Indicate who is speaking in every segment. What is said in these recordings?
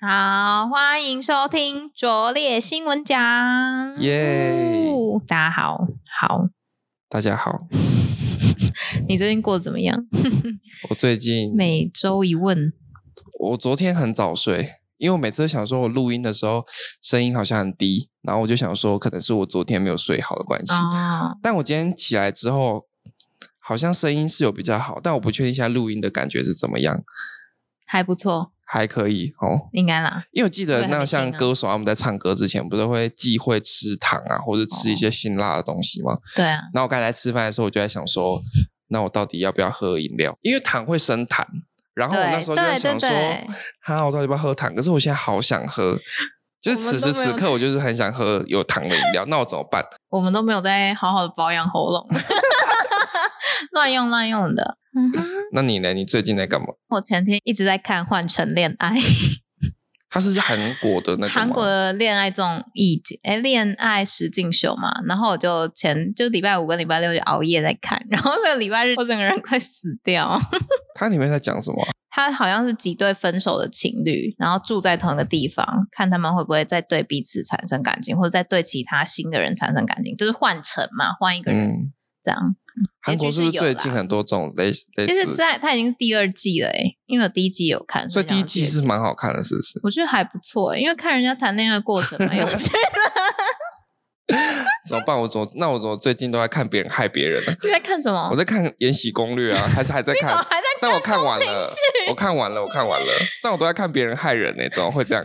Speaker 1: 好，欢迎收听拙劣新闻奖，
Speaker 2: 耶
Speaker 1: 哦大家好，好，
Speaker 2: 大家好，
Speaker 1: 你最近过得怎么样？
Speaker 2: 我最近
Speaker 1: 每周一问，
Speaker 2: 我昨天很早睡，因为我每次想说我录音的时候声音好像很低，然后我就想说可能是我昨天没有睡好的关系，
Speaker 1: 哦，
Speaker 2: 但我今天起来之后好像声音是有比较好，但我不确定现在录音的感觉是怎么样，
Speaker 1: 还不错，
Speaker 2: 还可以哦。
Speaker 1: 应该啦，
Speaker 2: 因为我记
Speaker 1: 对
Speaker 2: 得
Speaker 1: 还
Speaker 2: 那
Speaker 1: 没
Speaker 2: 像
Speaker 1: 听啊
Speaker 2: 歌手他们在唱歌之前，不是会忌讳吃糖啊，或者
Speaker 1: 哦
Speaker 2: 吃一些辛辣的东西吗？
Speaker 1: 对啊，
Speaker 2: 然后我刚才吃饭的时候，我就在想说，那我到底要不要喝饮料？因为糖会生痰。然后哦我那
Speaker 1: 对
Speaker 2: 时候就
Speaker 1: 对
Speaker 2: 在
Speaker 1: 对
Speaker 2: 想说，
Speaker 1: 对，
Speaker 2: 哈，我到底要不要喝糖？可是我现在好想喝，就是
Speaker 1: 我们都
Speaker 2: 此时
Speaker 1: 没
Speaker 2: 此
Speaker 1: 有
Speaker 2: 刻我就是很想喝有糖的饮料，那我怎么办？
Speaker 1: 我们都没有在好好的保养喉咙， 乱用乱用的。嗯哼，
Speaker 2: 那你呢？你最近在干嘛？
Speaker 1: 我前天一直在看《换乘恋爱》。
Speaker 2: 它是韩国的那个吗
Speaker 1: 韩国的恋爱综艺节，哎，恋爱实境秀嘛。然后我就前就礼拜五跟礼拜六就熬夜在看，然后那个礼拜日我整个人快死掉。
Speaker 2: 它里面在讲什么啊？
Speaker 1: 他好像是几对分手的情侣，然后住在同一个地方，看他们会不会再对彼此产生感情，或者再对其他新的人产生感情，就是换乘嘛，换一个人、
Speaker 2: 嗯，
Speaker 1: 这样。
Speaker 2: 韩国是不
Speaker 1: 结局是
Speaker 2: 是
Speaker 1: 有
Speaker 2: 最
Speaker 1: 啦
Speaker 2: 近很多这种类类
Speaker 1: 其实
Speaker 2: 似？
Speaker 1: 在它已经是第二季了、诶，因为我第一季有看，
Speaker 2: 所以第一季是
Speaker 1: 吗？
Speaker 2: 蛮好看的，是不是？
Speaker 1: 我觉得还不错、欸诶因为看人家谈恋爱的过 程嘛，因为我觉得
Speaker 2: 怎么办？我怎么那我怎么最近都在看别人害别人呢？
Speaker 1: 你在看什么
Speaker 2: 我？在看《延禧攻略》啊，还 是还在
Speaker 1: 我
Speaker 2: 看？
Speaker 1: 还在
Speaker 2: 但我看完了，我看完了，我看完了，但我都在看别人害人呢、怎么会这样？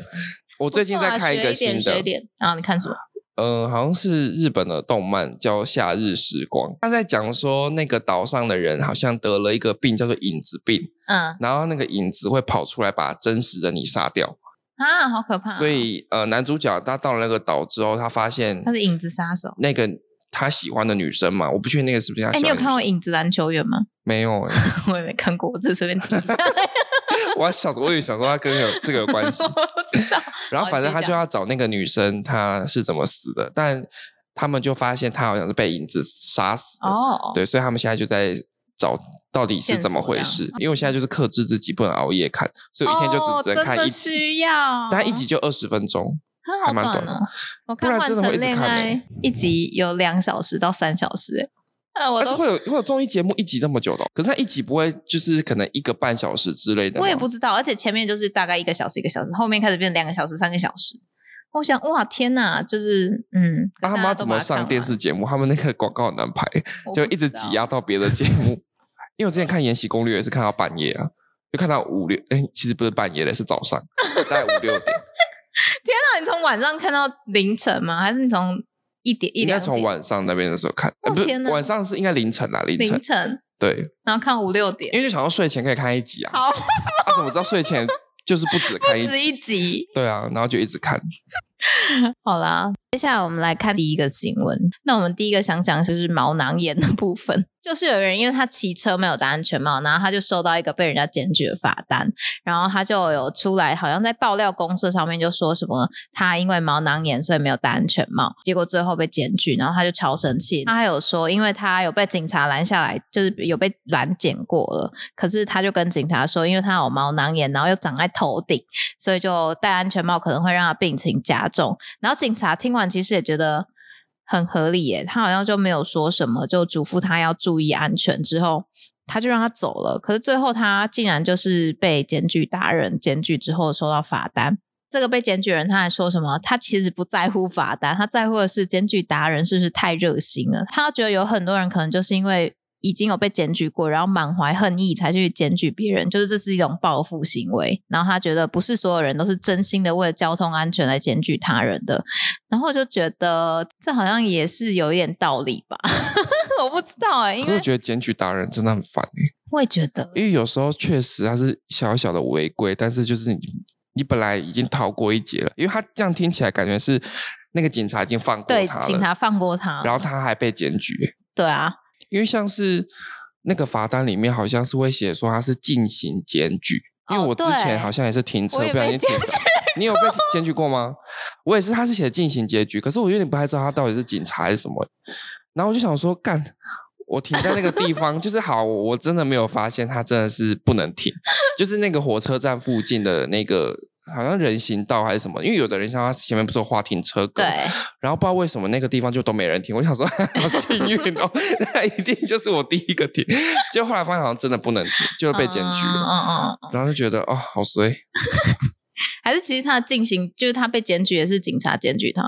Speaker 2: 我最近在看一
Speaker 1: 不错啊学
Speaker 2: 个
Speaker 1: 一
Speaker 2: 新
Speaker 1: 点学一
Speaker 2: 的，
Speaker 1: 点。然后你看什么？
Speaker 2: 呃，好像是日本的动漫叫《夏日时光》，他在讲说那个岛上的人好像得了一个病，叫做影子病，
Speaker 1: 嗯
Speaker 2: 然后那个影子会跑出来把真实的你杀掉，
Speaker 1: 啊，好可怕哦、
Speaker 2: 所以呃，男主角他到了那个岛之后，他发现
Speaker 1: 他是影子杀手。
Speaker 2: 那个他喜欢的女生嘛，我不确定那个是不是他
Speaker 1: 哎、
Speaker 2: 喜欢
Speaker 1: 你
Speaker 2: 的
Speaker 1: 有
Speaker 2: 女生。
Speaker 1: 看过《影子篮球员》吗？
Speaker 2: 没有、欸？
Speaker 1: 我也没看过，我只是随便提一下，
Speaker 2: 我还想，我也想说他跟有这个有关 系。
Speaker 1: 我不知道。
Speaker 2: 然后
Speaker 1: 好
Speaker 2: 反
Speaker 1: 你
Speaker 2: 正
Speaker 1: 继续
Speaker 2: 他就
Speaker 1: 讲
Speaker 2: 要找那个女生，她是怎么死的，但他们就发现她好像是被影子杀死的。
Speaker 1: 哦，
Speaker 2: 对，所以他们现在就在找到底是
Speaker 1: 线
Speaker 2: 怎么
Speaker 1: 索这
Speaker 2: 回
Speaker 1: 样
Speaker 2: 事。因为我现在就是克制自己，不能熬夜看，所以我一天就
Speaker 1: 哦
Speaker 2: 只只能看
Speaker 1: 真
Speaker 2: 一
Speaker 1: 的哦
Speaker 2: 集，
Speaker 1: 需要，
Speaker 2: 但一集就二十分钟，
Speaker 1: 它好
Speaker 2: 还蛮
Speaker 1: 短
Speaker 2: 短的
Speaker 1: 哦。我
Speaker 2: 不
Speaker 1: 看《
Speaker 2: 然
Speaker 1: 换
Speaker 2: 真的
Speaker 1: 乘
Speaker 2: 会一直
Speaker 1: 恋
Speaker 2: 看
Speaker 1: 爱
Speaker 2: 欸》
Speaker 1: 一集有两小时到三小时、欸，哎、我
Speaker 2: 但是
Speaker 1: 都
Speaker 2: 啊会有会有综艺节目一集这么久的哦、可是它一集不会就是可能一个半小时之类的吗。
Speaker 1: 我也不知道，而且前面就是大概一个小时一个小时，后面开始变两个小时三个小时。我想，哇，天哪，就是嗯，
Speaker 2: 那他
Speaker 1: 大
Speaker 2: 们
Speaker 1: 家
Speaker 2: 要
Speaker 1: 都
Speaker 2: 怎
Speaker 1: 把
Speaker 2: 么
Speaker 1: 它看
Speaker 2: 上电
Speaker 1: 完？
Speaker 2: 视节目？他们那个广告很难拍，
Speaker 1: 我
Speaker 2: 就
Speaker 1: 不
Speaker 2: 一直
Speaker 1: 知
Speaker 2: 挤
Speaker 1: 道
Speaker 2: 啊压到别的节目。因为我之前看《延禧攻略》也是看到半夜啊，就看到五六，哎、其实不是半夜了，是早上，大概五六点。
Speaker 1: 那你从晚上看到凌晨吗？还是你从一点 一
Speaker 2: 应该
Speaker 1: 两
Speaker 2: 从
Speaker 1: 点
Speaker 2: 晚上那边的时候看，呃
Speaker 1: 哦
Speaker 2: 不是
Speaker 1: 天哪
Speaker 2: 晚上是应该凌晨啦，凌晨
Speaker 1: 凌晨，
Speaker 2: 对，
Speaker 1: 然后看五六点？
Speaker 2: 因为就想要睡前可以看一集啊，
Speaker 1: 好，
Speaker 2: 啊怎么知道睡前就是不止 看一集？
Speaker 1: 只一集。
Speaker 2: 对啊，然后就一直看。
Speaker 1: 好啦，接下来我们来看第一个新闻。那我们第一个想讲就是毛囊炎的部分， 就是有人因为他骑车没有戴安全帽，然后他就收到一个被人家检举的罚单，然后他就有出来，好像在爆料公社上面就说什么他因为毛囊炎所以没有戴安全帽，结果最后被检举，然后他就超生气。他还有说，因为他有被警察拦下来，就是有被拦检过了，可是他就跟警察说，因为他有毛囊炎，然后又长在头顶，所以就戴安全帽可能会让他病情加重。然后警察听完其实也觉得很合理耶，他好像就没有说什么，就嘱咐他要注意安全之后。他就让他走了，可是最后他竟然就是被检举达人检举之后收到罚单。这个被检举人他还说什么？他其实不在乎罚单，他在乎的是检举达人是不是太热心了。他觉得有很多人可能就是因为已经有被检举过，然后满怀恨意才去检举别人，就是这是一种报复行为。然后他觉得不是所有人都是真心的为了交通安全来检举他人的，然后我就觉得这好像也是有一点道理吧。 我不知道哎、
Speaker 2: 可
Speaker 1: 因
Speaker 2: 是我
Speaker 1: 为
Speaker 2: 觉得检举达人真的很烦欸、
Speaker 1: 我也觉得
Speaker 2: 因为有时候确实他是小小的违规，但是就是你你本来已经逃过一劫了，因为他这样听起来感觉是那个警察已经放过
Speaker 1: 对
Speaker 2: 他了，
Speaker 1: 警察放过他，
Speaker 2: 然后他还被检举欸、
Speaker 1: 对啊，
Speaker 2: 因为像是那个罚单里面好像是会写说他是进行检举，因为
Speaker 1: 哦
Speaker 2: 我之
Speaker 1: 对
Speaker 2: 前好像也是停车
Speaker 1: 我也
Speaker 2: 不小
Speaker 1: 被
Speaker 2: 心停
Speaker 1: 检
Speaker 2: 着，你有被检举过吗？我也是，他是写进行检举，可是我有点不太知道他到底是警察还是什么。然后我就想说，干，我停在那个地方，就是好，我我真的没有发现他真的是不能停，就是那个火车站附近的那个好像人行道还是什么，因为有的人像他前面不是有画停车格，
Speaker 1: 对，
Speaker 2: 然后不知道为什么那个地方就都没人停，我想说 好幸运哦， 那一定就是我第一个停，结果后来发现好像真的不能停，就是被检举
Speaker 1: 嗯
Speaker 2: 了，
Speaker 1: 嗯嗯嗯，
Speaker 2: 然后就觉得哦好衰，
Speaker 1: 还是其实他的进行就是他被检举也是警察检举他，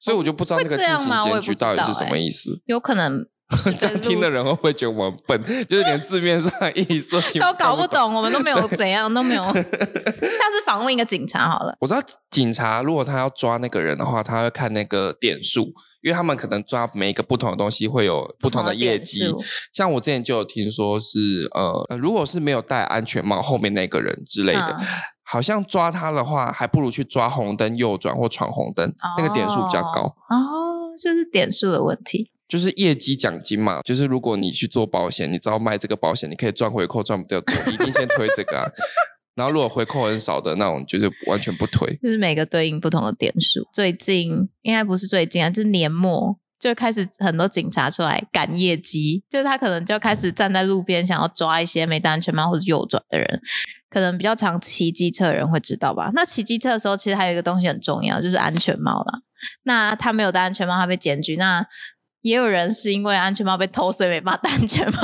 Speaker 2: 所以我就不知道那个
Speaker 1: 会这
Speaker 2: 进
Speaker 1: 样
Speaker 2: 行
Speaker 1: 吗我也
Speaker 2: 检
Speaker 1: 不
Speaker 2: 举
Speaker 1: 知
Speaker 2: 到底
Speaker 1: 道
Speaker 2: 是什
Speaker 1: 欸
Speaker 2: 么意思。
Speaker 1: 有可能
Speaker 2: 这样听的人会不欸会觉得我们笨？ 就是连字面上的意思都听
Speaker 1: 都搞
Speaker 2: 不
Speaker 1: 不。懂，我们都没 有怎样，都没有。下次访问一个警察好了。
Speaker 2: 我知道警察如果他要抓那个人的话，他会看那个点数，因为他们可能抓每一个不同的东西会有不同的业绩
Speaker 1: 点。数
Speaker 2: 像我之前就有听说是呃，呃如果是没有戴安全帽后面那个人之类的，
Speaker 1: 嗯
Speaker 2: 好像抓他的话，还不如去抓红灯右转或闯红灯，那个点数比较高。
Speaker 1: 哦，就是点数的问题。
Speaker 2: 就是业绩奖金嘛，就是如果你去做保险，你知道卖这个保险，你可以赚回扣赚比较多，你一定先推这个啊。 然后如果回扣很少的那种，就是完全不推。
Speaker 1: 就是每个对应不同的点数。最近应该不是最近啊，就是年末就开始很多警察出来赶业绩，就是他可能就开始站在路边想要抓一些没戴安全帽或者右转的人。可能比较常骑机车的人会知道吧。那骑机车的时候，其实还有一个东西很重要，就是安全帽啦。那他没有戴安全帽，他被检举。那也有人是因为安全帽被偷，所以没办法戴安全帽。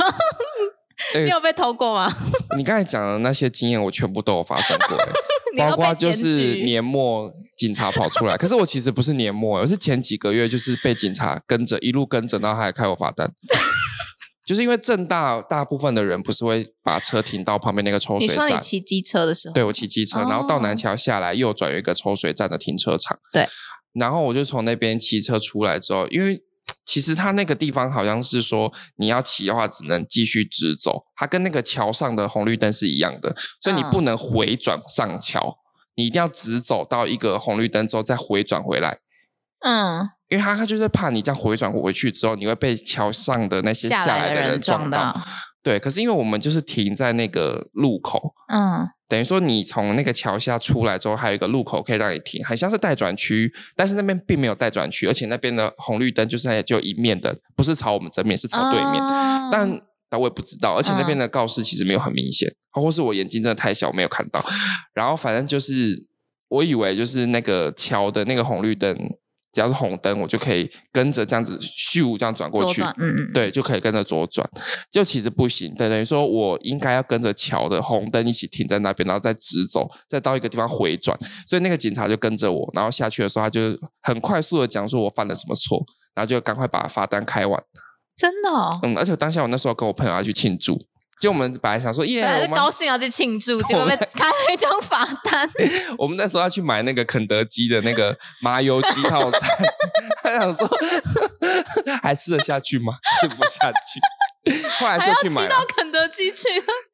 Speaker 2: 哎
Speaker 1: 你有被偷过吗？
Speaker 2: 你刚才讲的那些经验，我全部都有发生过、欸
Speaker 1: 你
Speaker 2: 包
Speaker 1: 都
Speaker 2: 括
Speaker 1: 被
Speaker 2: 就
Speaker 1: 检
Speaker 2: 是
Speaker 1: 举。
Speaker 2: 年末警察跑出来，可是我其实不是年末，我是前几个月就是被警察跟着一路跟着，然后还开我罚单。 就是因为正大大部分的人不是会把车停到旁边那个抽
Speaker 1: 你
Speaker 2: 水
Speaker 1: 说你
Speaker 2: 站，
Speaker 1: 骑机车的时候，
Speaker 2: 对我骑机车，然后到南
Speaker 1: 哦
Speaker 2: 桥下来右转有一个抽水站的停车场，
Speaker 1: 对，
Speaker 2: 然后我就从那边骑车出来之后，因为。其实它那个地方好像是说，你要骑的话只能继续直走，它跟那个桥上的红绿灯是一样的，所以你
Speaker 1: 嗯
Speaker 2: 不能回转上桥，你一定要直走到一个红绿灯之后再回转回来，
Speaker 1: 嗯，
Speaker 2: 因为他他就是怕你这样回转回去之后，你会被桥上的那些
Speaker 1: 下
Speaker 2: 下来
Speaker 1: 来
Speaker 2: 的
Speaker 1: 人
Speaker 2: 人撞
Speaker 1: 到，
Speaker 2: 对，可是因为我们就是停在那个路口，
Speaker 1: 嗯，
Speaker 2: 等于说你从那个桥下出来之后，还有一个路口可以让你停，很像是待转区，但是那边并没有待转区，而且那边的红绿灯就是也就一面的，不是朝我们正面，是朝对面。
Speaker 1: 哦嗯
Speaker 2: 但但我也不知道，而且那边的告示其实没有很明显，或是我眼睛真的太小没有看到。然后反正就是我以为就是那个桥的那个红绿灯，只要是红灯，我就可以跟着这样子咻这样转过
Speaker 1: 左
Speaker 2: 去。
Speaker 1: 转，嗯嗯，
Speaker 2: 对，就可以跟着左转，就其实不行，对，等于说我应该要跟着桥的红灯一起停在那边，然后再直走，再到一个地方回转。所以那个警察就跟着我，然后下去的时候，他就很快速的讲说我犯了什么错，然后就赶快把罚单开完。
Speaker 1: 真的哦，
Speaker 2: 嗯，而且当下我那时候跟我朋友要去庆祝，就我们本来想说耶，
Speaker 1: 本来
Speaker 2: 我
Speaker 1: 是
Speaker 2: 们
Speaker 1: 高兴要去庆祝，结果被开了一张罚单，
Speaker 2: 我们那时候要去买那个肯德基的那个麻油鸡套餐， 他想说 还吃得下去吗？吃不下去。后来
Speaker 1: 还
Speaker 2: 是
Speaker 1: 要
Speaker 2: 去
Speaker 1: 骑
Speaker 2: 买了，啊
Speaker 1: 到肯德基去，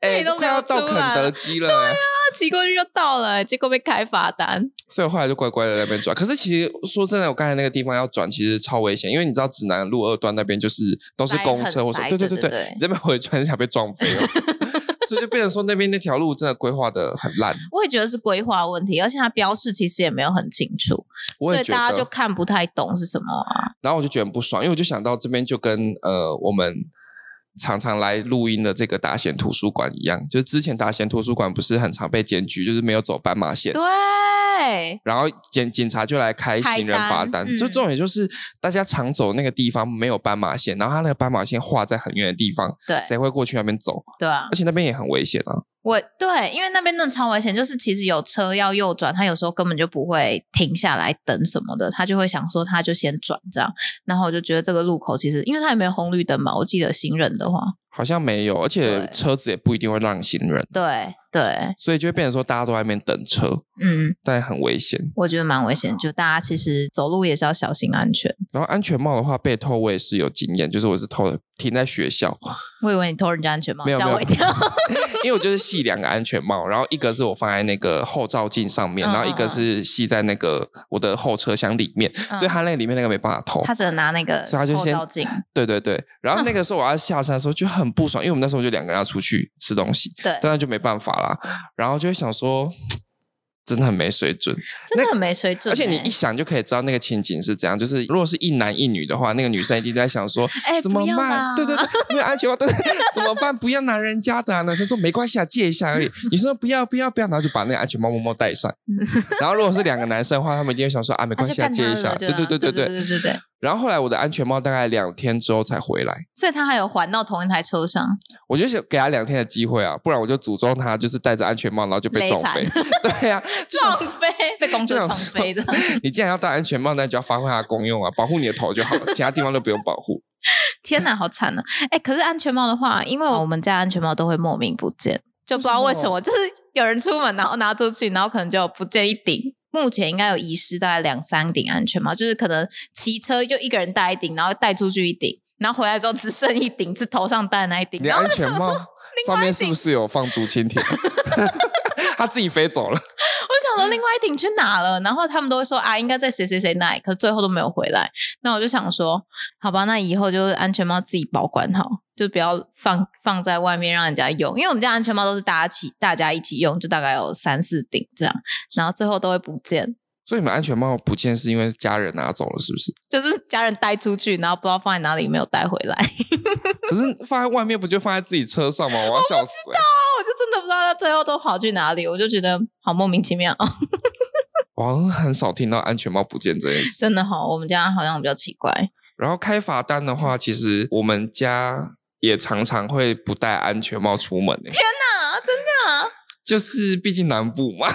Speaker 2: 哎、
Speaker 1: 都
Speaker 2: 快要
Speaker 1: 流出
Speaker 2: 到肯
Speaker 1: 来
Speaker 2: 德
Speaker 1: 了啊
Speaker 2: 基了、欸。
Speaker 1: 他骑过去就到了，欸结果被开罚单。
Speaker 2: 所以后来就乖乖的那边转。可是其实说真的，我刚才那个地方要转其实超危险，因为你知道指南路二段那边就是都是
Speaker 1: 塞
Speaker 2: 公
Speaker 1: 很
Speaker 2: 车，或者
Speaker 1: 塞
Speaker 2: 对
Speaker 1: 对
Speaker 2: 对
Speaker 1: 对
Speaker 2: 对
Speaker 1: 对，
Speaker 2: 你这边回转想被撞飞了， 所以就变成说那边那条路真的规划的很烂。
Speaker 1: 我也觉得是规划问题，而且它标示其实也没有很清楚，
Speaker 2: 我
Speaker 1: 所
Speaker 2: 也
Speaker 1: 以
Speaker 2: 觉
Speaker 1: 大家就
Speaker 2: 得，
Speaker 1: 看不太懂是什么啊。
Speaker 2: 然后我就觉得很不爽，因为我就想到这边就跟呃我们。常常来录音的这个达贤图书馆一样，就是之前达贤图书馆不是很常被检举，就是没有走斑马线，
Speaker 1: 对，
Speaker 2: 然后检警察就来开
Speaker 1: 开
Speaker 2: 行人罚单，
Speaker 1: 单
Speaker 2: 就
Speaker 1: 嗯
Speaker 2: 重点就是大家常走那个地方没有斑马线，然后他那个斑马线画在很远的地方，
Speaker 1: 对啊
Speaker 2: 谁会过去那边走？
Speaker 1: 对啊
Speaker 2: 而，且那边也很危险啊。
Speaker 1: 我对，因为那边真的超危险，就是其实有车要右转，他有时候根本就不会停下来等什么的，他就会想说他就先转这样。然后我就觉得这个路口其实，因为它也没有红绿灯嘛，我记得行人的话，
Speaker 2: 好像没有，而且
Speaker 1: 对
Speaker 2: 车子也不一定会让行人，
Speaker 1: 对对，
Speaker 2: 所以就会变成说大家都在那边等车，
Speaker 1: 嗯，
Speaker 2: 但很危险。
Speaker 1: 我觉得蛮危险，就大家其实走路也是要小心安全。
Speaker 2: 然后安全帽的话被偷，我也是有经验，就是我是偷的，停在学校，
Speaker 1: 我以为你偷人家安全帽，
Speaker 2: 没有
Speaker 1: 吓我一跳。
Speaker 2: 因为我就是系两个安全帽，然后一个是我放在那个后照镜上面，然后一
Speaker 1: 嗯
Speaker 2: 个
Speaker 1: 嗯嗯
Speaker 2: 是系在那个我的后车厢里面，
Speaker 1: 嗯
Speaker 2: 所以它那个里面那个没办法偷。
Speaker 1: 他只能拿那个
Speaker 2: 所以他就
Speaker 1: 后
Speaker 2: 先
Speaker 1: 照镜，
Speaker 2: 对对对，然
Speaker 1: 嗯
Speaker 2: 后那个时候我要下山的时候就很不爽，因为我们那时候就两个人要出去吃东西，
Speaker 1: 对
Speaker 2: 当然就没办法啦。然后就会想说，真的很没水准。
Speaker 1: 真的很没水准
Speaker 2: 而
Speaker 1: 欸、，
Speaker 2: 且你一想就可以知道那个情景是怎样，就是如果是一男一女的话，那个女生一定在想说
Speaker 1: 哎
Speaker 2: 怎么
Speaker 1: 不要啦
Speaker 2: 办？对对对，没有安全帽，对对，怎么办？不要拿人家的、啊。男生说没关系啊，借一下而已。女生说不要不要不要，然后就把那个安全帽默默戴上。 然后如果是两个男生的话，他们一定会想说啊，没
Speaker 1: 他嗯
Speaker 2: 关
Speaker 1: 就
Speaker 2: 系啊，
Speaker 1: 干
Speaker 2: 借
Speaker 1: 他
Speaker 2: 一下。
Speaker 1: 了，
Speaker 2: 对
Speaker 1: 对
Speaker 2: 对
Speaker 1: 对
Speaker 2: 对对
Speaker 1: 对
Speaker 2: 对。
Speaker 1: 对对对，
Speaker 2: 然后后来我的安全帽大概两天之后才回来，
Speaker 1: 所以他还有还到同一台车上，
Speaker 2: 我就想给他两天的机会啊，不然我就诅咒他就是戴着安全帽然后就被
Speaker 1: 累
Speaker 2: 撞
Speaker 1: 惨
Speaker 2: 飞。 对呀、就想
Speaker 1: 撞飞，被公车
Speaker 2: 这样
Speaker 1: 撞
Speaker 2: 说
Speaker 1: 飞 的。
Speaker 2: 你既然要戴安全帽，那就要发挥它的功用啊，保护你的头就好了，其他地方都不用 保护。
Speaker 1: 天哪，好惨啊！哎、可是安全帽的话，因为我们家安全帽都会莫名不见，就不知道为什么，就是有人出门然后拿出去，然后可能就不见一顶。目前应该有遗失大概两三顶安全帽，就是可能骑车就一个人戴一顶，然后带出去一顶，然后回来之后只剩一顶是头上戴的那一顶。
Speaker 2: 你的
Speaker 1: 然后
Speaker 2: 安
Speaker 1: 就
Speaker 2: 全
Speaker 1: 想
Speaker 2: 帽
Speaker 1: 说，
Speaker 2: 上面是不是有放竹蜻蜓？ 它自己飞走了。
Speaker 1: 我想说另外一顶去哪了，然后他们都会说啊，应该在谁谁谁那里，可最后都没有回来。那我就想说，好吧，那以后就是安全帽自己保管好，就不要放放在外面让人家用，因为我们家安全帽都是大家起大家一起用，就大概有三四顶这样，然后最后都会不见，
Speaker 2: 所以你们安全帽不见是因为家人拿走了，是不是？
Speaker 1: 就是家人带出去，然后不知道放在哪里，没有带回来。
Speaker 2: 可是放在外面不就放在自己车上吗？我要笑死、欸！
Speaker 1: 我就真的不知道他最后都跑去哪里，我就觉得好莫名其妙，
Speaker 2: 我好像很少听到安全帽不见这件事。
Speaker 1: 真的哈、我们家好像比较奇怪。
Speaker 2: 然后开罚单的话，其实我们家也常常会不戴安全帽出门、欸。
Speaker 1: 啊，真的啊，
Speaker 2: 就是毕竟南部 嘛，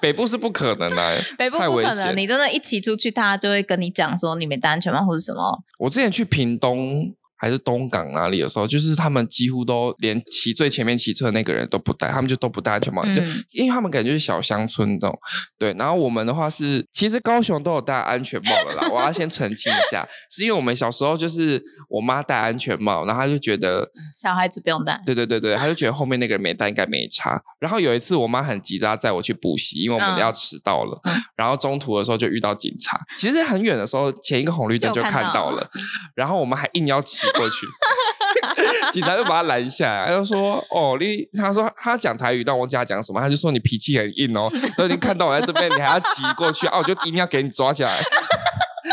Speaker 2: 北部是不可能的、欸，
Speaker 1: 北部
Speaker 2: 太
Speaker 1: 不
Speaker 2: 危
Speaker 1: 可能，
Speaker 2: 险
Speaker 1: 你真的一骑出去，大家就会跟你讲说你没戴安全帽或者什么。
Speaker 2: 我之前去屏东还是东港哪里的时候，就是他们几乎都连骑最前面骑车的那个人都不戴，他们就都不戴安全帽，哦就
Speaker 1: 嗯，
Speaker 2: 因为他们感觉就是小乡村那种。对，然后我们的话是，其实高雄都有戴安全帽了啦，我要先澄清一下，是因为我们小时候就是我妈戴安全帽，然后她就觉得
Speaker 1: 小孩子不用戴。
Speaker 2: 对对对对，他就觉得后面那个人没带应该没差。然后有一次，我妈很急着要载我去补习，因为我们
Speaker 1: 嗯
Speaker 2: 要迟到了。
Speaker 1: 嗯
Speaker 2: 然后中途的时候就遇到警察，其实很远的时候，前一个红绿灯
Speaker 1: 就
Speaker 2: 就
Speaker 1: 有看
Speaker 2: 看
Speaker 1: 到
Speaker 2: 到
Speaker 1: 了
Speaker 2: 了，然后我们还硬要骑 过去。警察就把他拦下来，他就说：“哦，你……”他说他讲台语，但我忘记他讲什么，他就说你脾气很硬哦，都已经看到我在这边，你还要骑过去啊，我就一定要给你抓起来。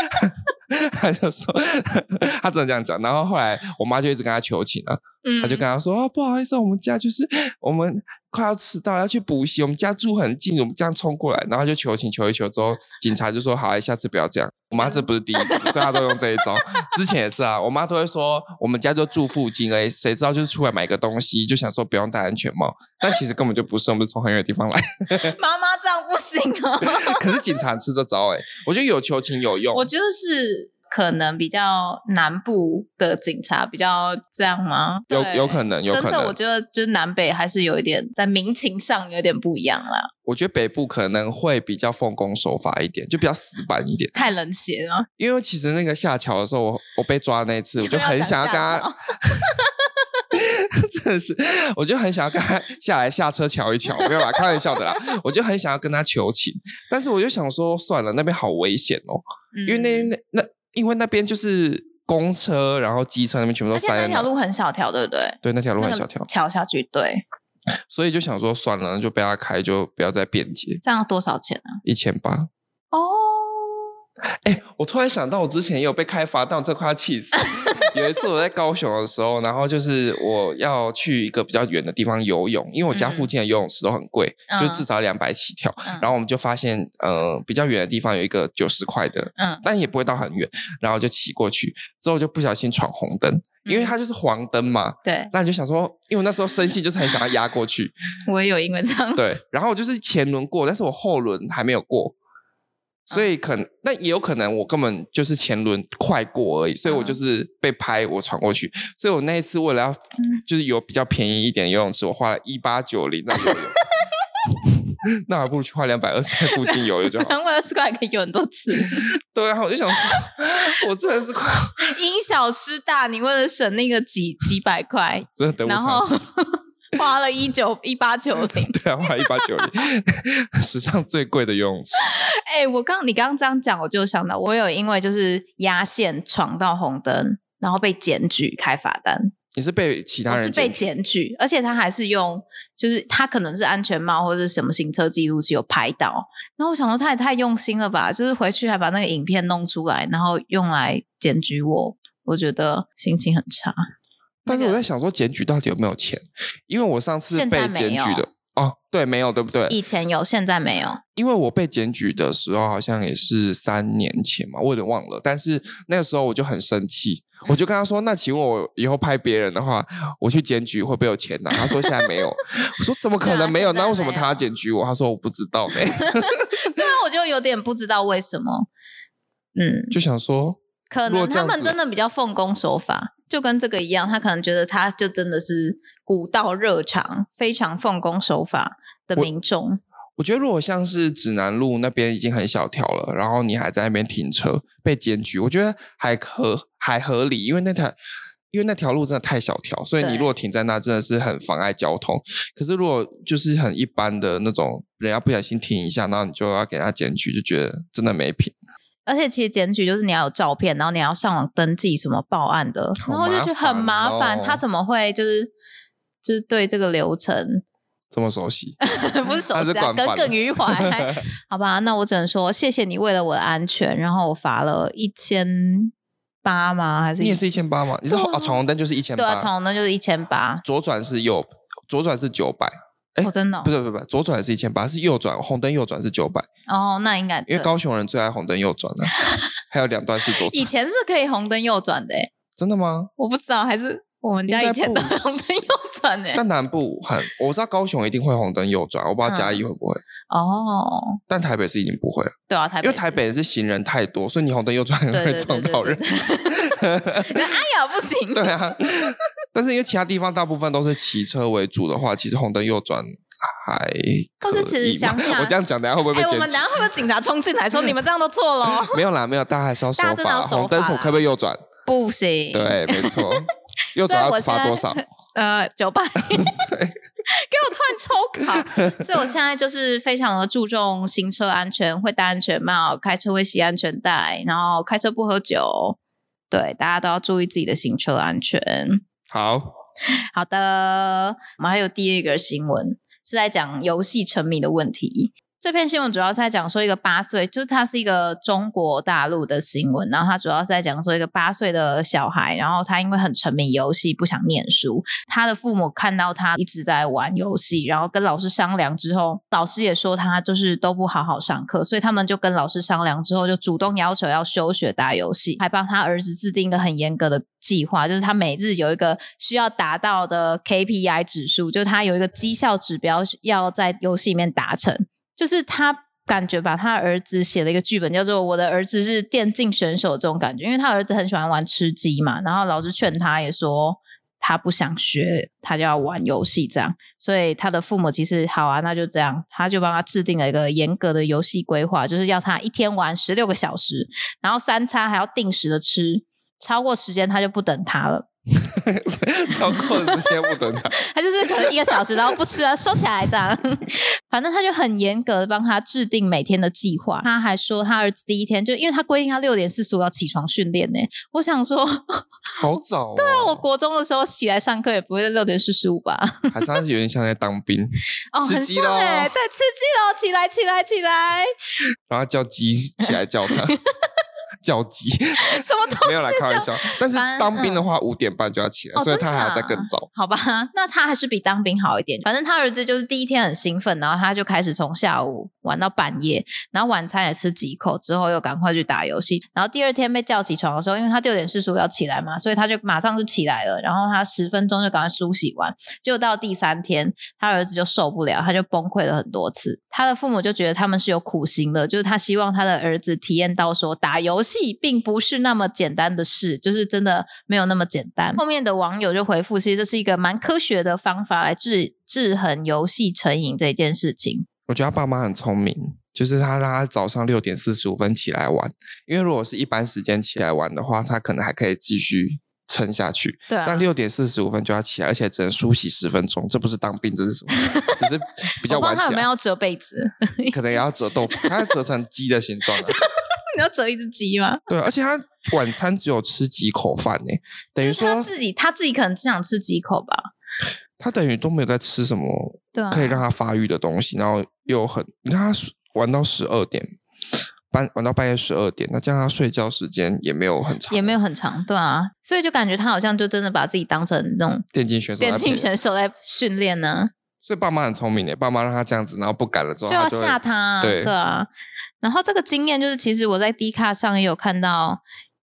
Speaker 2: 他就说， 他真的这样讲，然后后来我妈就一直跟他求情啊，
Speaker 1: 嗯
Speaker 2: 他就跟他说：“啊，不好意思啊，我们家就是我们快要迟到了，要去补习，我们家住很近，我们这样冲过来。”然后就求情求一求之后，警察就说：“好、啊，下次不要这样。”我妈这不是第一次，所以她都用这一招。之前也是啊，我妈都会说：“我们家就住附近而已，谁知道就是出来买个东西，就想说不用戴安全帽，但其实根本就不是，我们是从很远的地方来。
Speaker 1: 妈妈这样不行 哦。
Speaker 2: 可是警察吃这招、欸，我觉得有求情有用。
Speaker 1: 我觉得是可能比较南部的警察比较这样吗？
Speaker 2: 有
Speaker 1: 对
Speaker 2: 有可能，有
Speaker 1: 真
Speaker 2: 可能
Speaker 1: 的，我。觉得就是南北还是有一点在民情上有点不一样啦，
Speaker 2: 我觉得北部可能会比较奉公守法一点，就比较死板一点。
Speaker 1: 太冷血了。
Speaker 2: 因为其实那个下桥的时候，我我被抓的那一次，我就很想要跟
Speaker 1: 就要讲
Speaker 2: 他，真的是，我就很想要跟他下来下车瞧一瞧，没有啦，开玩笑的啦，我就很想要跟他求情，但是我就想说，算了，那边好危险哦，因为那
Speaker 1: 嗯
Speaker 2: 那那因为那边就是公车，然后机车那边全部都
Speaker 1: 而且
Speaker 2: 塞
Speaker 1: 那
Speaker 2: 在
Speaker 1: 条路很小条，对不对？
Speaker 2: 对，那条路
Speaker 1: 那
Speaker 2: 很
Speaker 1: 个
Speaker 2: 小条，
Speaker 1: 桥下去，对，
Speaker 2: 所以就想说算了，那就被他开，就不要再辩解，
Speaker 1: 这样多少钱啊？
Speaker 2: 一千八。
Speaker 1: 哦，
Speaker 2: 哎，我突然想到，我之前也有被开罚单，我这快要气死。有一次我在高雄的时候，然后就是我要去一个比较远的地方游泳，因为我家附近的游泳池都很贵，
Speaker 1: 嗯
Speaker 2: 就至少两百起跳。
Speaker 1: 嗯
Speaker 2: 然后我们就发现，呃，比较远的地方有一个九十块的，
Speaker 1: 嗯，
Speaker 2: 但也不会到很远，然后就骑过去，之后就不小心闯红灯，因为
Speaker 1: 嗯
Speaker 2: 它就是黄灯嘛。
Speaker 1: 对，
Speaker 2: 那你就想说，因为我那时候生性就是很想要压过去，
Speaker 1: 我也有因为这样
Speaker 2: 对，然后我就是前轮过，但是我后轮还没有过，所以可能、那也有可能我根本就是前轮快过而已，所以我
Speaker 1: 嗯
Speaker 2: 就是被拍我闯过去，所以我那一次为了要就是有比较便宜一点的游泳池，我花了一八九零在游泳， 那还不如去花两百二在附近游游就好了。
Speaker 1: 难怪二十块可以有很多次。
Speaker 2: 对啊，我就想说，我真的是快要，
Speaker 1: 因小失大，你为了省那个几几百块，
Speaker 2: 真的得不
Speaker 1: 然后
Speaker 2: 偿失。
Speaker 1: 花了一九一八九 零。
Speaker 2: 对啊，花了一八九零， 史上最贵的游泳池。
Speaker 1: 哎、我刚你刚刚这样讲，我就想到我有因为就是压线闯到红灯，然后被检举开罚单。
Speaker 2: 你是被其他
Speaker 1: 我
Speaker 2: 人
Speaker 1: 是被
Speaker 2: 检举
Speaker 1: 检举，而且他还是用，就是他可能是安全帽或者是什么行车记录器有拍到。然后我想说，他也太用心了吧！就是回去还把那个影片弄出来，然后用来检举我，我觉得心情很差。
Speaker 2: 但是我
Speaker 1: 那个
Speaker 2: 在想说，检举到底有没有钱？因为我上次
Speaker 1: 现
Speaker 2: 被
Speaker 1: 在没
Speaker 2: 检举
Speaker 1: 有
Speaker 2: 的哦，对，没有，对不对？
Speaker 1: 以前有，现在没有。
Speaker 2: 因为我被检举的时候好像也是三年前嘛，我有点忘了。但是那个时候我就很生气，我就跟他说：“那请问我以后拍别人的话，我去检举会不会有钱呢、他说：“现在没有。” 我说：“怎么可
Speaker 1: 对啊
Speaker 2: 能没有？
Speaker 1: 现在
Speaker 2: 那为什么
Speaker 1: 没有
Speaker 2: 他要检举我？”他说：“我不知道 呢。
Speaker 1: 对啊，我就有点不知道为什么。嗯，”
Speaker 2: 就想说，
Speaker 1: 可
Speaker 2: 如果
Speaker 1: 能
Speaker 2: 这
Speaker 1: 他
Speaker 2: 样
Speaker 1: 们
Speaker 2: 子
Speaker 1: 真的比较奉公守法，就跟这个一样，他可能觉得他就真的是古道热肠，非常奉公守法的
Speaker 2: 我
Speaker 1: 民众。
Speaker 2: 我觉得如果像是指南路那边已经很小条了，然后你还在那边停车被检举，我觉得还合还合理，因为那条因为那条路真的太小条，所以你
Speaker 1: 对
Speaker 2: 如果停在那真的是很妨碍交通。可是如果就是很一般的那种，人家不小心停一下，然后你就要给他检举，就觉得真的没品。
Speaker 1: 而且其实检举就是你要有照片，然后你要上网登记什么报案的，
Speaker 2: 好
Speaker 1: 然后我就觉得很麻
Speaker 2: 麻
Speaker 1: 烦。
Speaker 2: 烦哦
Speaker 1: 他怎么会就是就是对这个流程
Speaker 2: 这么熟悉，
Speaker 1: 不是手
Speaker 2: 他是
Speaker 1: 下
Speaker 2: 惯犯
Speaker 1: 耿耿于怀？ 好吧，那我只能说谢谢你为了我的安全，然后我罚了一千八吗？还是
Speaker 2: 你也是一千八吗？你是
Speaker 1: 对啊
Speaker 2: 哦，闯红灯就是一千
Speaker 1: 对啊，
Speaker 2: 八，
Speaker 1: 从那就是一千八。
Speaker 2: 左转是右，左转是九百，哎
Speaker 1: 哦，真的哦
Speaker 2: 不是不是不是，左转是一千八，是右转红灯右转是九百。
Speaker 1: 哦，那应该
Speaker 2: 因
Speaker 1: 对
Speaker 2: 为高雄人最爱红灯 右转了、啊还有两段是左
Speaker 1: 以
Speaker 2: 转，
Speaker 1: 前是可以红灯右转的欸，
Speaker 2: 真的吗？
Speaker 1: 我不知道还是我们家
Speaker 2: 应该
Speaker 1: 以前
Speaker 2: 不
Speaker 1: 的红灯右转欸呢。
Speaker 2: 但南部很，我知道高雄一定会红灯右转，我不知道嘉义会不会，
Speaker 1: 哦，但
Speaker 2: 但台北是已经不会了，
Speaker 1: 对啊，嗯台北
Speaker 2: 因为台
Speaker 1: 是
Speaker 2: 北是行人太多，所以你红灯右转很
Speaker 1: 对对
Speaker 2: 容易
Speaker 1: 对
Speaker 2: 撞
Speaker 1: 对
Speaker 2: 到
Speaker 1: 对
Speaker 2: 人。
Speaker 1: 对， 哎呀不行，
Speaker 2: 对啊，但是因为其他地方大部分都是骑车为主的话，其实红灯右转还
Speaker 1: 或是其实
Speaker 2: 可以嘛
Speaker 1: 乡下
Speaker 2: 我这样讲，等一下会不会被
Speaker 1: 哎、
Speaker 2: 检
Speaker 1: 我们
Speaker 2: 举
Speaker 1: 等下会不会警察冲进来说你们这样都错了 哦？
Speaker 2: 没有啦，没有，大家还是要守
Speaker 1: 大家真的
Speaker 2: 法，啊
Speaker 1: 要守
Speaker 2: 红灯
Speaker 1: 法
Speaker 2: 手
Speaker 1: 啦
Speaker 2: 可不可以右转？
Speaker 1: 不行，，
Speaker 2: 对，没 错，右转要
Speaker 1: 所以我现
Speaker 2: 罚
Speaker 1: 在
Speaker 2: 多少？
Speaker 1: 呃，九 百， 给我突然抽考。所以我现在就是非常的注重行车安全，会戴安全帽，开车会系安全带，然后开车不喝酒。对，大家都要注意自己的行车安全。
Speaker 2: 好，
Speaker 1: 好的，我们还有第二个新闻是在讲游戏沉迷的问题。这篇新闻主要是在讲说一个八岁，就是它是一个中国大陆的新闻，然后它主要是在讲说一个八岁的小孩，然后他因为很沉迷游戏，不想念书，他的父母看到他一直在玩游戏，然后跟老师商量之后，老师也说他就是都不好好上课，所以他们就跟老师商量之后，就主动要求要休学打游戏，还帮他儿子制定一个很严格的计划，就是他每日有一个需要达到的 KPI 指数，就是他有一个绩效指标要在游戏里面达成。就是他感觉把他儿子写了一个剧本，叫做《我的儿子是电竞选手》这种感觉，因为他儿子很喜欢玩吃鸡嘛，然后老师劝他也说他不想学，他就要玩游戏这样，所以他的父母其实好啊，那就这样，他就帮他制定了一个严格的游戏规划，就是要他一天玩十六个小时，然后三餐还要定时的吃，超过时间他就不等他了。
Speaker 2: 超过时间不 等他。
Speaker 1: 他就是可能一个小时，然后不吃啊，收起来这样。反正他就很严格的帮他制定每天的计划。他还说他儿子第一天就因为他规定他六点四十五要起床训练呢。我想说，
Speaker 2: 好早、哦。对啊
Speaker 1: 我 国中的时候起来上课也不会六点四十五吧？
Speaker 2: 还是他是有点像在当兵，
Speaker 1: 哦，
Speaker 2: 吃
Speaker 1: 很
Speaker 2: 鸡
Speaker 1: 像
Speaker 2: 咯
Speaker 1: 哎、对，吃鸡喽，起来起来起来，
Speaker 2: 然后叫鸡起来 叫他叫鸡，
Speaker 1: 什么东
Speaker 2: 没有啦，
Speaker 1: 西
Speaker 2: 开玩
Speaker 1: 哦叫？
Speaker 2: 笑。但是
Speaker 1: 反嗯
Speaker 2: 当兵的话，五点半就要起来，
Speaker 1: 哦
Speaker 2: 所以
Speaker 1: 真
Speaker 2: 他还要
Speaker 1: 假
Speaker 2: 再更早。
Speaker 1: 好吧，那他还是比当兵好一点。反正他儿子就是第一天很兴奋，然后他就开始从下午玩到半夜，然后晚餐也吃几口，之后又赶快去打游戏。然后第二天被叫起床的时候，因为他六点四十五要起来嘛，所以他就马上就起来了。然后他十分钟就赶快梳洗完。结果到第三天，他儿子就受不了，他就崩溃了很多次。他的父母就觉得他们是有苦心的，就是他希望他的儿子体验到说打游戏并不是那么简单的事，就是真的没有那么简单。后面的网友就回复，其实这是一个蛮科学的方法来制制衡游戏成瘾这件事情。
Speaker 2: 我觉得他爸妈很聪明，就是他让他早上六点四十五分起来玩，因为如果是一般时间起来玩的话，他可能还可以继续撑下去。
Speaker 1: 对啊
Speaker 2: 但六点四十五分就要起来，而且只能梳洗十分钟，这不是当兵，这是什么？ 只是比较
Speaker 1: 我不知道
Speaker 2: 晚
Speaker 1: 他
Speaker 2: 起
Speaker 1: 有没
Speaker 2: 来，
Speaker 1: 有折被子？
Speaker 2: 可能也要折豆腐，他要折成鸡的形状啊。
Speaker 1: 你要折一只鸡吗？
Speaker 2: 对，而且他晚餐只有吃几口饭呢、等于
Speaker 1: 就是他
Speaker 2: 说
Speaker 1: 自己他自己可能只想吃几口吧，
Speaker 2: 他等于都没有在吃什么
Speaker 1: 对啊，
Speaker 2: 可以让他发育的东西，然后又很，你看他睡玩到十二点，半玩到半夜十二点，那这样他睡觉时间也没有很长，
Speaker 1: 也没有很长，对啊，所以就感觉他好像就真的把自己当成那种
Speaker 2: 电竞选手在
Speaker 1: 电
Speaker 2: 培
Speaker 1: 竞
Speaker 2: 养，
Speaker 1: 选手在训练呢，
Speaker 2: 所以爸妈很聪明的，爸妈让他这样子，然后不敢了之后，
Speaker 1: 就要
Speaker 2: 他就会
Speaker 1: 吓他啊，
Speaker 2: 对
Speaker 1: 对啊。然后这个经验就是，其实我在 D 卡上也有看到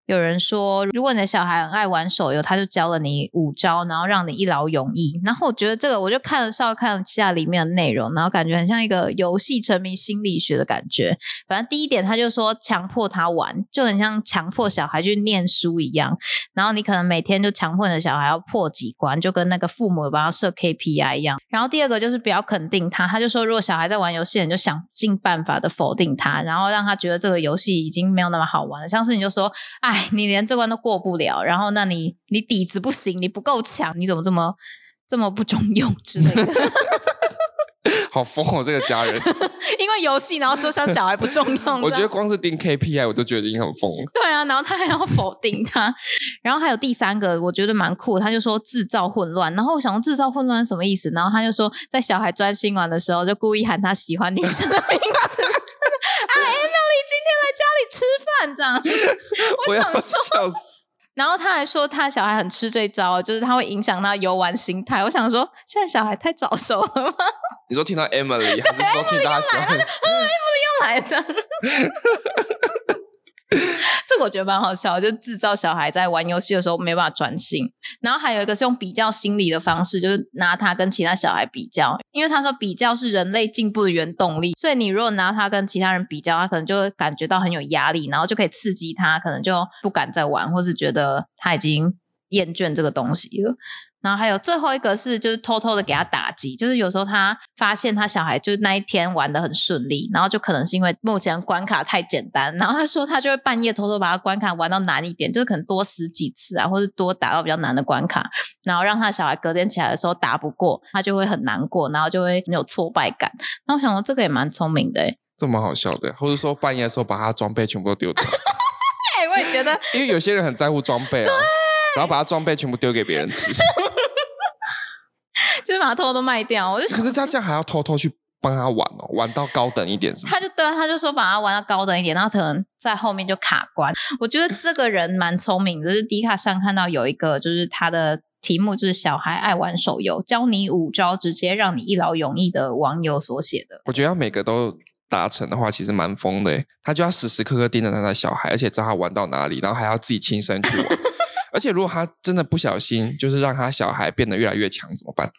Speaker 1: 有人说，如果你的小孩很爱玩手游，他就教了你五招，然后让你一劳永逸。然后我觉得这个，我就看了稍微看了一下里面的内容，然后感觉很像一个游戏沉迷心理学的感觉。反正第一点，他就说强迫他玩，就很像强迫小孩去念书一样。然后你可能每天就强迫你的小孩要破几关，就跟那个父母帮他设 KPI 一样。然后第二个就是不要肯定他，他就说如果小孩在玩游戏，你就想尽办法的否定他，然后让他觉得这个游戏已经没有那么好玩了。像是你就说，哎，你连这关都过不了，然后那你你底子不行，你不够强，你怎么这么这么不中用之类的？
Speaker 2: 好疯哦，这个家人，
Speaker 1: 因为游戏，然后说像小孩不中用，
Speaker 2: 我觉得
Speaker 1: 这样
Speaker 2: 光是定 KPI 我就觉得已经很疯了。
Speaker 1: 对啊，然后他还要否定他，然后还有第三个，我觉得蛮酷的，他就说制造混乱，然后我想说制造混乱是什么意思？然后他就说在小孩专心玩的时候，就故意喊他喜欢女生的名字， 啊，Emily 今天来家里吃饭这样，我
Speaker 2: 我要
Speaker 1: 想说。
Speaker 2: 笑死，
Speaker 1: 然后他还说他小孩很吃这招，就是他会影响他游玩心态。我想说，现在小孩太早熟了吗？
Speaker 2: 你说听到 Emily 还是说听到他 喜欢？
Speaker 1: 来这样。 这个我觉得蛮好笑的，就制造小孩在玩游戏的时候没办法专心。然后还有一个是用比较心理的方式，就是拿他跟其他小孩比较，因为他说比较是人类进步的原动力，所以你如果拿他跟其他人比较，他可能就会感觉到很有压力，然后就可以刺激他，可能就不敢再玩，或是觉得他已经厌倦这个东西了。然后还有最后一个是，就是偷偷的给他打击，就是有时候他发现他小孩就是那一天玩的很顺利，然后就可能是因为目前关卡太简单，然后他说他就会半夜偷偷把他关卡玩到难一点，就是可能多死几次啊，或是多打到比较难的关卡，然后让他小孩隔天起来的时候打不过，他就会很难过，然后就会很有挫败感。那我想说这个也蛮聪明的、欸，
Speaker 2: 这么好笑的，或者说半夜的时候把他装备全部都丢掉，
Speaker 1: 哎、我也觉得
Speaker 2: 因为有些人很在乎装备啊，然后把他装备全部丢给别人吃。
Speaker 1: 就是把它偷偷卖掉，我就想
Speaker 2: 可是他这样还要偷偷去帮他玩哦，玩到高等一点，是不
Speaker 1: 他
Speaker 2: 是？
Speaker 1: 就对啊，他就说把它玩到高等一点，然后可能在后面就卡关。我觉得这个人蛮聪明的，就是迪卡上看到有一个，就是他的题目就是“小孩爱玩手游，教你五招，直接让你一劳永逸”的网友所写的。
Speaker 2: 我觉得要每个都达成的话，其实蛮疯的耶。他就要时时刻刻盯着他的小孩，而且知道他玩到哪里，然后还要自己亲身去玩。 而且如果他真的不小心，就是让他小孩变得越来越强，怎么办？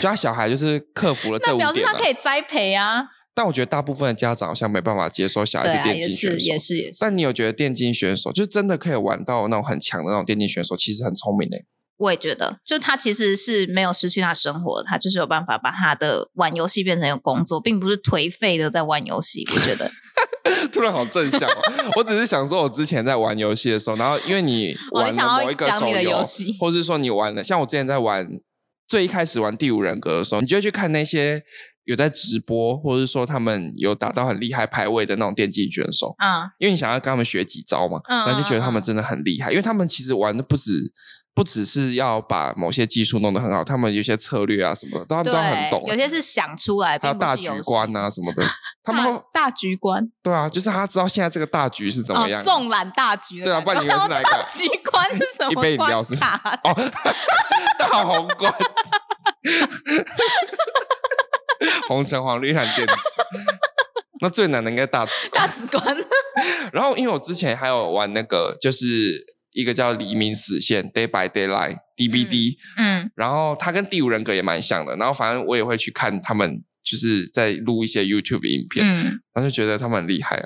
Speaker 2: 就他小孩就是克服了这
Speaker 1: 那
Speaker 2: 五
Speaker 1: 表示
Speaker 2: 点、
Speaker 1: 他
Speaker 2: 啊，
Speaker 1: 可以栽培啊，
Speaker 2: 但我觉得大部分的家长好像没办法接受小
Speaker 1: 对
Speaker 2: 孩是
Speaker 1: 啊，
Speaker 2: 电
Speaker 1: 也
Speaker 2: 竞
Speaker 1: 是
Speaker 2: 选手。
Speaker 1: 也是也是。
Speaker 2: 但你有觉得电竞选手就是真的可以玩到那种很强的那种电竞选手，其实很聪明的。欸
Speaker 1: 我也觉得，就他其实是没有失去他生活的，他就是有办法把他的玩游戏变成有工作，并不是颓废的在玩游戏。我觉得
Speaker 2: 突然好正向、哦，我只是想说，我之前在玩游戏的时候，然后因 为你
Speaker 1: 哦
Speaker 2: 玩
Speaker 1: 你想要
Speaker 2: 了某一个
Speaker 1: 讲
Speaker 2: 手
Speaker 1: 你的
Speaker 2: 游
Speaker 1: 游戏，
Speaker 2: 或是说你玩了，像我之前在玩最一开始玩《第五人格》的时候，你就会去看那些有在直播，或是说他们有打到很厉害排位的那种电竞选手，
Speaker 1: 啊，
Speaker 2: 因为你想要跟他们学几招嘛，
Speaker 1: 嗯
Speaker 2: 然后就觉得他
Speaker 1: 嗯
Speaker 2: 们
Speaker 1: 嗯
Speaker 2: 真的很厉害，因为他们其实玩的不止。不只是要把某些技术弄得很好，他们有些策略啊什么的，都他们都很懂
Speaker 1: 对，。有些是想出来，
Speaker 2: 还
Speaker 1: 并
Speaker 2: 有
Speaker 1: 不
Speaker 2: 大
Speaker 1: 是
Speaker 2: 局
Speaker 1: 游戏
Speaker 2: 观啊什么 的，他们
Speaker 1: 大
Speaker 2: 都
Speaker 1: 大局观，
Speaker 2: 对啊，就是他知道现在这个大局是怎么
Speaker 1: 哦、
Speaker 2: 样的。
Speaker 1: 纵览大局的
Speaker 2: 对啊
Speaker 1: 感觉
Speaker 2: 不然你以 为是哪一个
Speaker 1: 大局观是什么？
Speaker 2: 一杯饮料是不是
Speaker 1: 关卡
Speaker 2: 哦，大红冠， 红橙黄绿蓝靛紫。 那最难的应该大紫。
Speaker 1: 大局观，
Speaker 2: 然后，因为我之前还有玩那个，就是一个叫《黎明死线》（Day by Daylight） DBD，、
Speaker 1: 嗯
Speaker 2: 然后它跟《第五人格》也蛮像的。然后，反正我也会去看他们，就是在录一些 YouTube 影片，
Speaker 1: 嗯，
Speaker 2: 然后就觉得他们很厉害啊。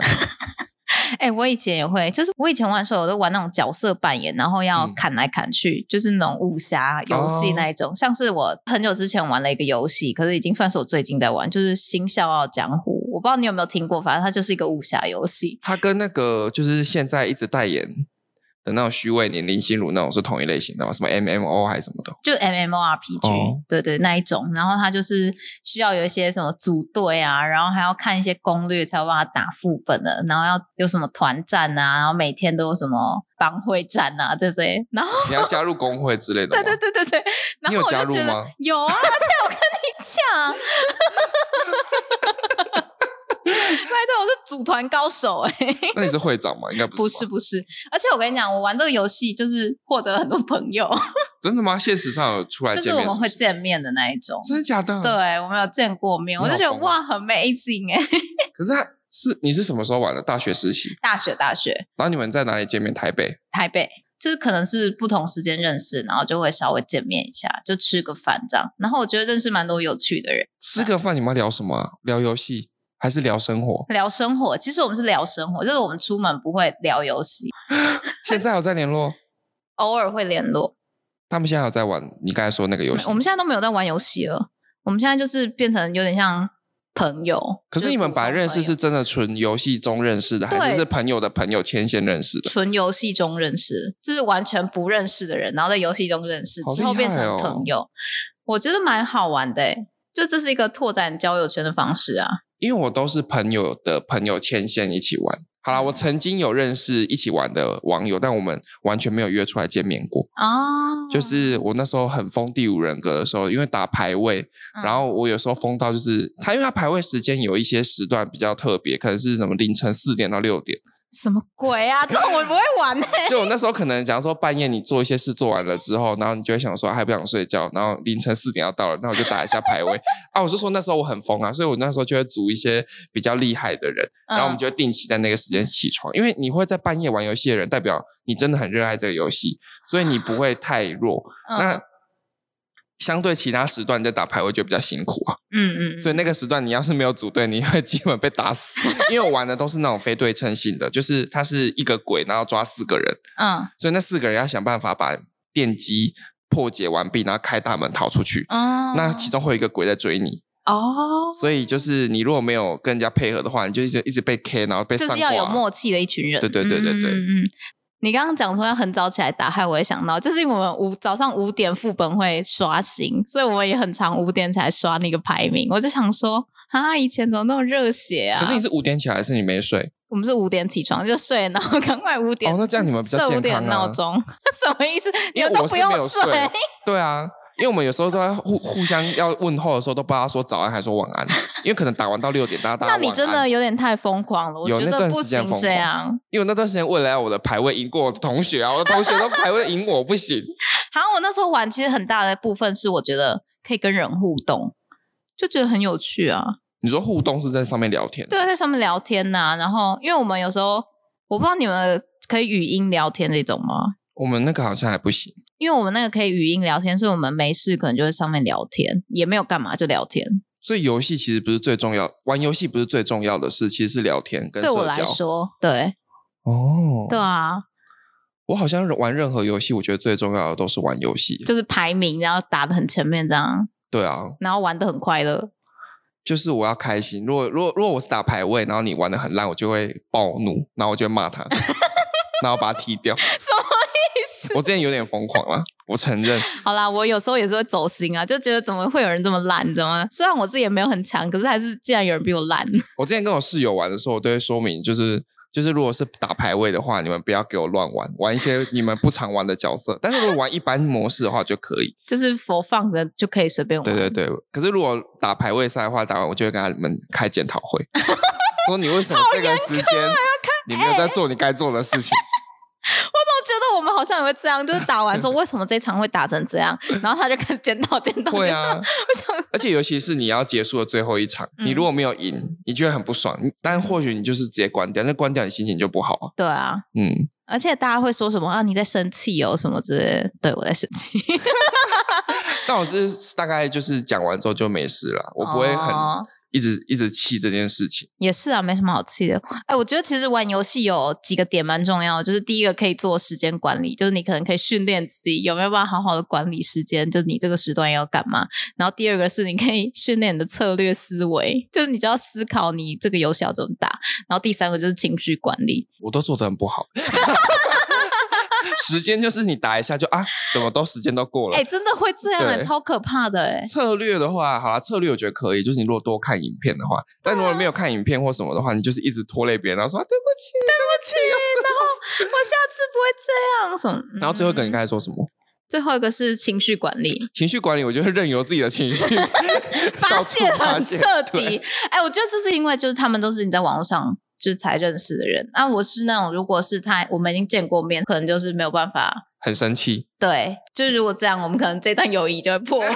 Speaker 1: 哎、我以前也会，就是我以前玩的时候，我都玩那种角色扮演，然后要
Speaker 2: 嗯哦
Speaker 1: 砍来砍去，就是那种武侠游戏那一种。像是我很久之前玩了一个游戏，可是已经算是我最近在玩，就是《新笑傲江湖》，我不知道你有没有听过，反正它就是一个武侠游戏。
Speaker 2: 他跟那个就是现在一直代言的那种虚伪年龄心如那种是同一类型的吗？什么 MMO 还是什么的？
Speaker 1: 就 MMORPG，、
Speaker 2: 哦
Speaker 1: 对对那一种，然后他就是需要有一些什么组队啊，然后还要看一些攻略才有办法打副本的，然后要有什么团战啊，然后每天都有什么帮会战啊这些，然后
Speaker 2: 你要加入工会之类的 吗？
Speaker 1: 对对对对 对，然
Speaker 2: 你
Speaker 1: 后
Speaker 2: 有
Speaker 1: 我
Speaker 2: 加
Speaker 1: 就
Speaker 2: 入
Speaker 1: 觉得
Speaker 2: 吗
Speaker 1: 有啊，而且我跟你讲， 拜托，我是组团高手哎、
Speaker 2: 那你是会长吗？应该不是吧。
Speaker 1: 不是不是，而且我跟你讲，我玩这个游戏就是获得很多朋 友，
Speaker 2: 真的吗？现实上有出来
Speaker 1: 就是
Speaker 2: 见
Speaker 1: 我
Speaker 2: 面
Speaker 1: 们
Speaker 2: 是不
Speaker 1: 会
Speaker 2: 是，
Speaker 1: 见面的那一种。
Speaker 2: 真的假的？。
Speaker 1: 对，我没有见过面，
Speaker 2: 嗯你
Speaker 1: 我就
Speaker 2: 好
Speaker 1: 觉得
Speaker 2: 疯哦
Speaker 1: 哇，很 amazing 哎、
Speaker 2: 可是他是你是什么时候玩的？大学实习，
Speaker 1: 大学大学
Speaker 2: 然后你们在哪里见面？台北。
Speaker 1: 台北，就是可能是不同时间认识，然后就会稍微见面一下，就吃个饭这样。然后我觉得认识蛮多有趣的人，？
Speaker 2: 吃个饭，你们要聊什么啊、聊游戏还是聊生活
Speaker 1: 聊生活。其实我们是聊生活，就是我们出门不会聊游 戏，
Speaker 2: 现在还有在联络？
Speaker 1: 偶尔会联络。
Speaker 2: 他们现在还有在玩你刚才说的那个游戏
Speaker 1: 我？们现在都没有在玩游戏了，我们现在就是变成有点像朋友。
Speaker 2: 可是
Speaker 1: 就
Speaker 2: 你们
Speaker 1: 普通
Speaker 2: 本来认识
Speaker 1: 朋友
Speaker 2: 是真的纯游戏中认识的，
Speaker 1: 对
Speaker 2: 还是是朋友的朋友牵线认识的？
Speaker 1: 纯游戏中认识，就是完全不认识的人，然后在游戏中认识
Speaker 2: 好厉
Speaker 1: 之后变成
Speaker 2: 害哦
Speaker 1: 朋友，我觉得蛮好玩的欸。就这是一个拓展交友圈的方式啊，
Speaker 2: 因为我都是朋友的朋友牵线一起玩。好啦，我曾经有认识一起玩的网友，但我们完全没有约出来见面过。
Speaker 1: 哦，
Speaker 2: 就是我那时候很疯第五人格的时候，因为打排位，
Speaker 1: 嗯
Speaker 2: 然后我有时候疯到就是他，因为他排位时间有一些时段比较特别，可能是什么凌晨四点到六点，
Speaker 1: 什么鬼啊？这种我不会玩 的、
Speaker 2: 就我那时候可能假如说半夜你做一些事做完了之后，然后你就会想说啊还不想睡觉，然后凌晨四点要到了，那我就打一下排位 啊。我是说那时候我很疯啊，所以我那时候就会组一些比较厉害的人，
Speaker 1: 嗯
Speaker 2: 然后我们就会定期在那个时间起床，因为你会在半夜玩游戏的人，代表你真的很热爱这个游戏，所以你不会太 弱。
Speaker 1: 嗯
Speaker 2: 那相对其他时段你在打排位就比较辛苦啊，
Speaker 1: 嗯嗯，
Speaker 2: 所以那个时段你要是没有组队，你会基本被 打死。因为我玩的都是那种非对称性的，就是它是一个鬼，然后抓四个人，
Speaker 1: 嗯
Speaker 2: 所以那四个人要想办法把电击破解完毕，然后开大门逃出去。
Speaker 1: 哦，
Speaker 2: 那其中会有一个鬼在追你，
Speaker 1: 哦，
Speaker 2: 所以就是你如果没有跟人家配合的话，你就一直一直被 K，然后被
Speaker 1: 就
Speaker 2: 上
Speaker 1: 是要有
Speaker 2: 挂。
Speaker 1: 默契的一群人，
Speaker 2: 对对对对对
Speaker 1: 嗯嗯嗯嗯你刚刚讲说要很早起来打，害我也想到，就是因为我们五早上五点副本会刷新，所以我也很常五点才刷那个排名。我就想说，啊，以前怎么那么热血啊？
Speaker 2: 可是你是五点起来，还是你没睡？
Speaker 1: 我们是五点起床就睡，然后赶快五点
Speaker 2: 哦，那这样你们比 较
Speaker 1: 设五
Speaker 2: 健
Speaker 1: 点
Speaker 2: 康
Speaker 1: 闹
Speaker 2: 啊。
Speaker 1: 钟，什么意思？你
Speaker 2: 因为
Speaker 1: 们都
Speaker 2: 我
Speaker 1: 不
Speaker 2: 是没有
Speaker 1: 用
Speaker 2: 睡，对啊，因为我们有时候都在互互相要问候的时候，都不知道说早安还说晚安，因为可能打完到六点，大家打
Speaker 1: 那你真的，有点太疯狂了，我
Speaker 2: 有
Speaker 1: 觉
Speaker 2: 那
Speaker 1: 得
Speaker 2: 段
Speaker 1: 不
Speaker 2: 时间
Speaker 1: 行
Speaker 2: 疯
Speaker 1: 这
Speaker 2: 狂
Speaker 1: 样。
Speaker 2: 因为我那段时间为了要我的排位赢过我的同学啊，我的同学都排位赢我不行，
Speaker 1: 好，我那时候玩，其实很大的部分是我觉得可以跟人互动，就觉得很有趣啊。
Speaker 2: 你说互动是在上面聊天，
Speaker 1: 对，在上面聊天呐、然后因为我们有时候我不知道你们可以语音聊天这种吗？
Speaker 2: 我们那个好像还不行。
Speaker 1: 因为我们那个可以语音聊天，所以我们没事可能就会上面聊天，也没有干嘛就聊天。
Speaker 2: 所以游戏其实不是最重要，玩游戏不是最重要的事，其实是聊天跟
Speaker 1: 对我
Speaker 2: 社
Speaker 1: 来
Speaker 2: 交。
Speaker 1: 说，对
Speaker 2: 哦，
Speaker 1: 对啊，
Speaker 2: 我好像玩任何游戏，我觉得最重要的都是玩游戏。
Speaker 1: 就是排名，然后打的很前面这样，
Speaker 2: 对啊，
Speaker 1: 然后玩的很快乐。
Speaker 2: 就是我要开心。如果如果如果我是打排位，然后你玩的很烂，我就会暴怒，然后我就会骂 他，然后把他踢掉。
Speaker 1: 什么？
Speaker 2: 我之前有点疯狂了，我承认。
Speaker 1: 好啦，我有时候也是会走心啊，就觉得怎么会有人这么烂，你知道吗？虽然我自己也没有很强，可是还是竟然有人比我烂。
Speaker 2: 我之前跟我室友玩的时候，我都会说明，就是就是如果是打排位的话，你们不要给我乱玩，玩一些你们不常玩的角色。但是如果玩一般模式的话就可以。
Speaker 1: 就是佛放着就可以随便玩。
Speaker 2: 对对对，可是如果打排位赛的话，打完我就会跟他们开检讨 会，说你为什么这个
Speaker 1: 啊
Speaker 2: 时间你没有
Speaker 1: 哎
Speaker 2: 在做你该做的事情。
Speaker 1: 我觉得我们好像也会这样，就是打完之后为什么这一场会打成这 样，然后他就开始检讨检讨。
Speaker 2: 会，啊，
Speaker 1: 我想
Speaker 2: 而且尤其是你要结束的最后一场，
Speaker 1: 嗯
Speaker 2: 你如果没有赢，你觉得很不爽，你但或许你就是直接关掉，那关掉你心情就不好啊。
Speaker 1: 对啊，
Speaker 2: 嗯，
Speaker 1: 而且大家会说什么啊？你在生气哦，什么之类的。对我在生气，
Speaker 2: 但我是大概就是讲完之后就没事了，我不会很、
Speaker 1: 哦
Speaker 2: 一直一直气这件事情。
Speaker 1: 也是啊，没什么好气的。哎，我觉得其实玩游戏有几个点蛮重要的，就是第一个可以做时间管理，就是你可能可以训练自己有没有办法好好的管理时间，就是你这个时段要干嘛。然后第二个是你可以训练你的策略思维，就是你就要思考你这个游戏要怎么打。然后第三个就是情绪管理，
Speaker 2: 我都做的很不好， 时间就是你打一下就啊，怎么都时间都过了。
Speaker 1: 哎、真的会这样、欸，
Speaker 2: 对
Speaker 1: 超可怕的哎、
Speaker 2: 策略的话，好啦，策略我觉得可以，就是你如果多看影片的话，但如果没有看影片或什么的话，你就是一直拖累别人，然后说、啊、对不起，
Speaker 1: 嗯
Speaker 2: 对
Speaker 1: 我下次不会这样什么？
Speaker 2: 不起，然后最后
Speaker 1: 嗯
Speaker 2: 跟你刚才说什么
Speaker 1: 最后一个是情绪管理，
Speaker 2: 情绪管理，我觉得任由自己的情绪
Speaker 1: 发泄
Speaker 2: 到处发
Speaker 1: 很
Speaker 2: 泄
Speaker 1: 彻
Speaker 2: 对
Speaker 1: 底。哎、我觉得这是因为就是他们都是你在网络上就是才认识的人，啊，我是那种如果是他我们已经见过面，可能就是没有办法。
Speaker 2: 很生气，
Speaker 1: 对，就是如果这样，我们可能这段友谊就会破灭。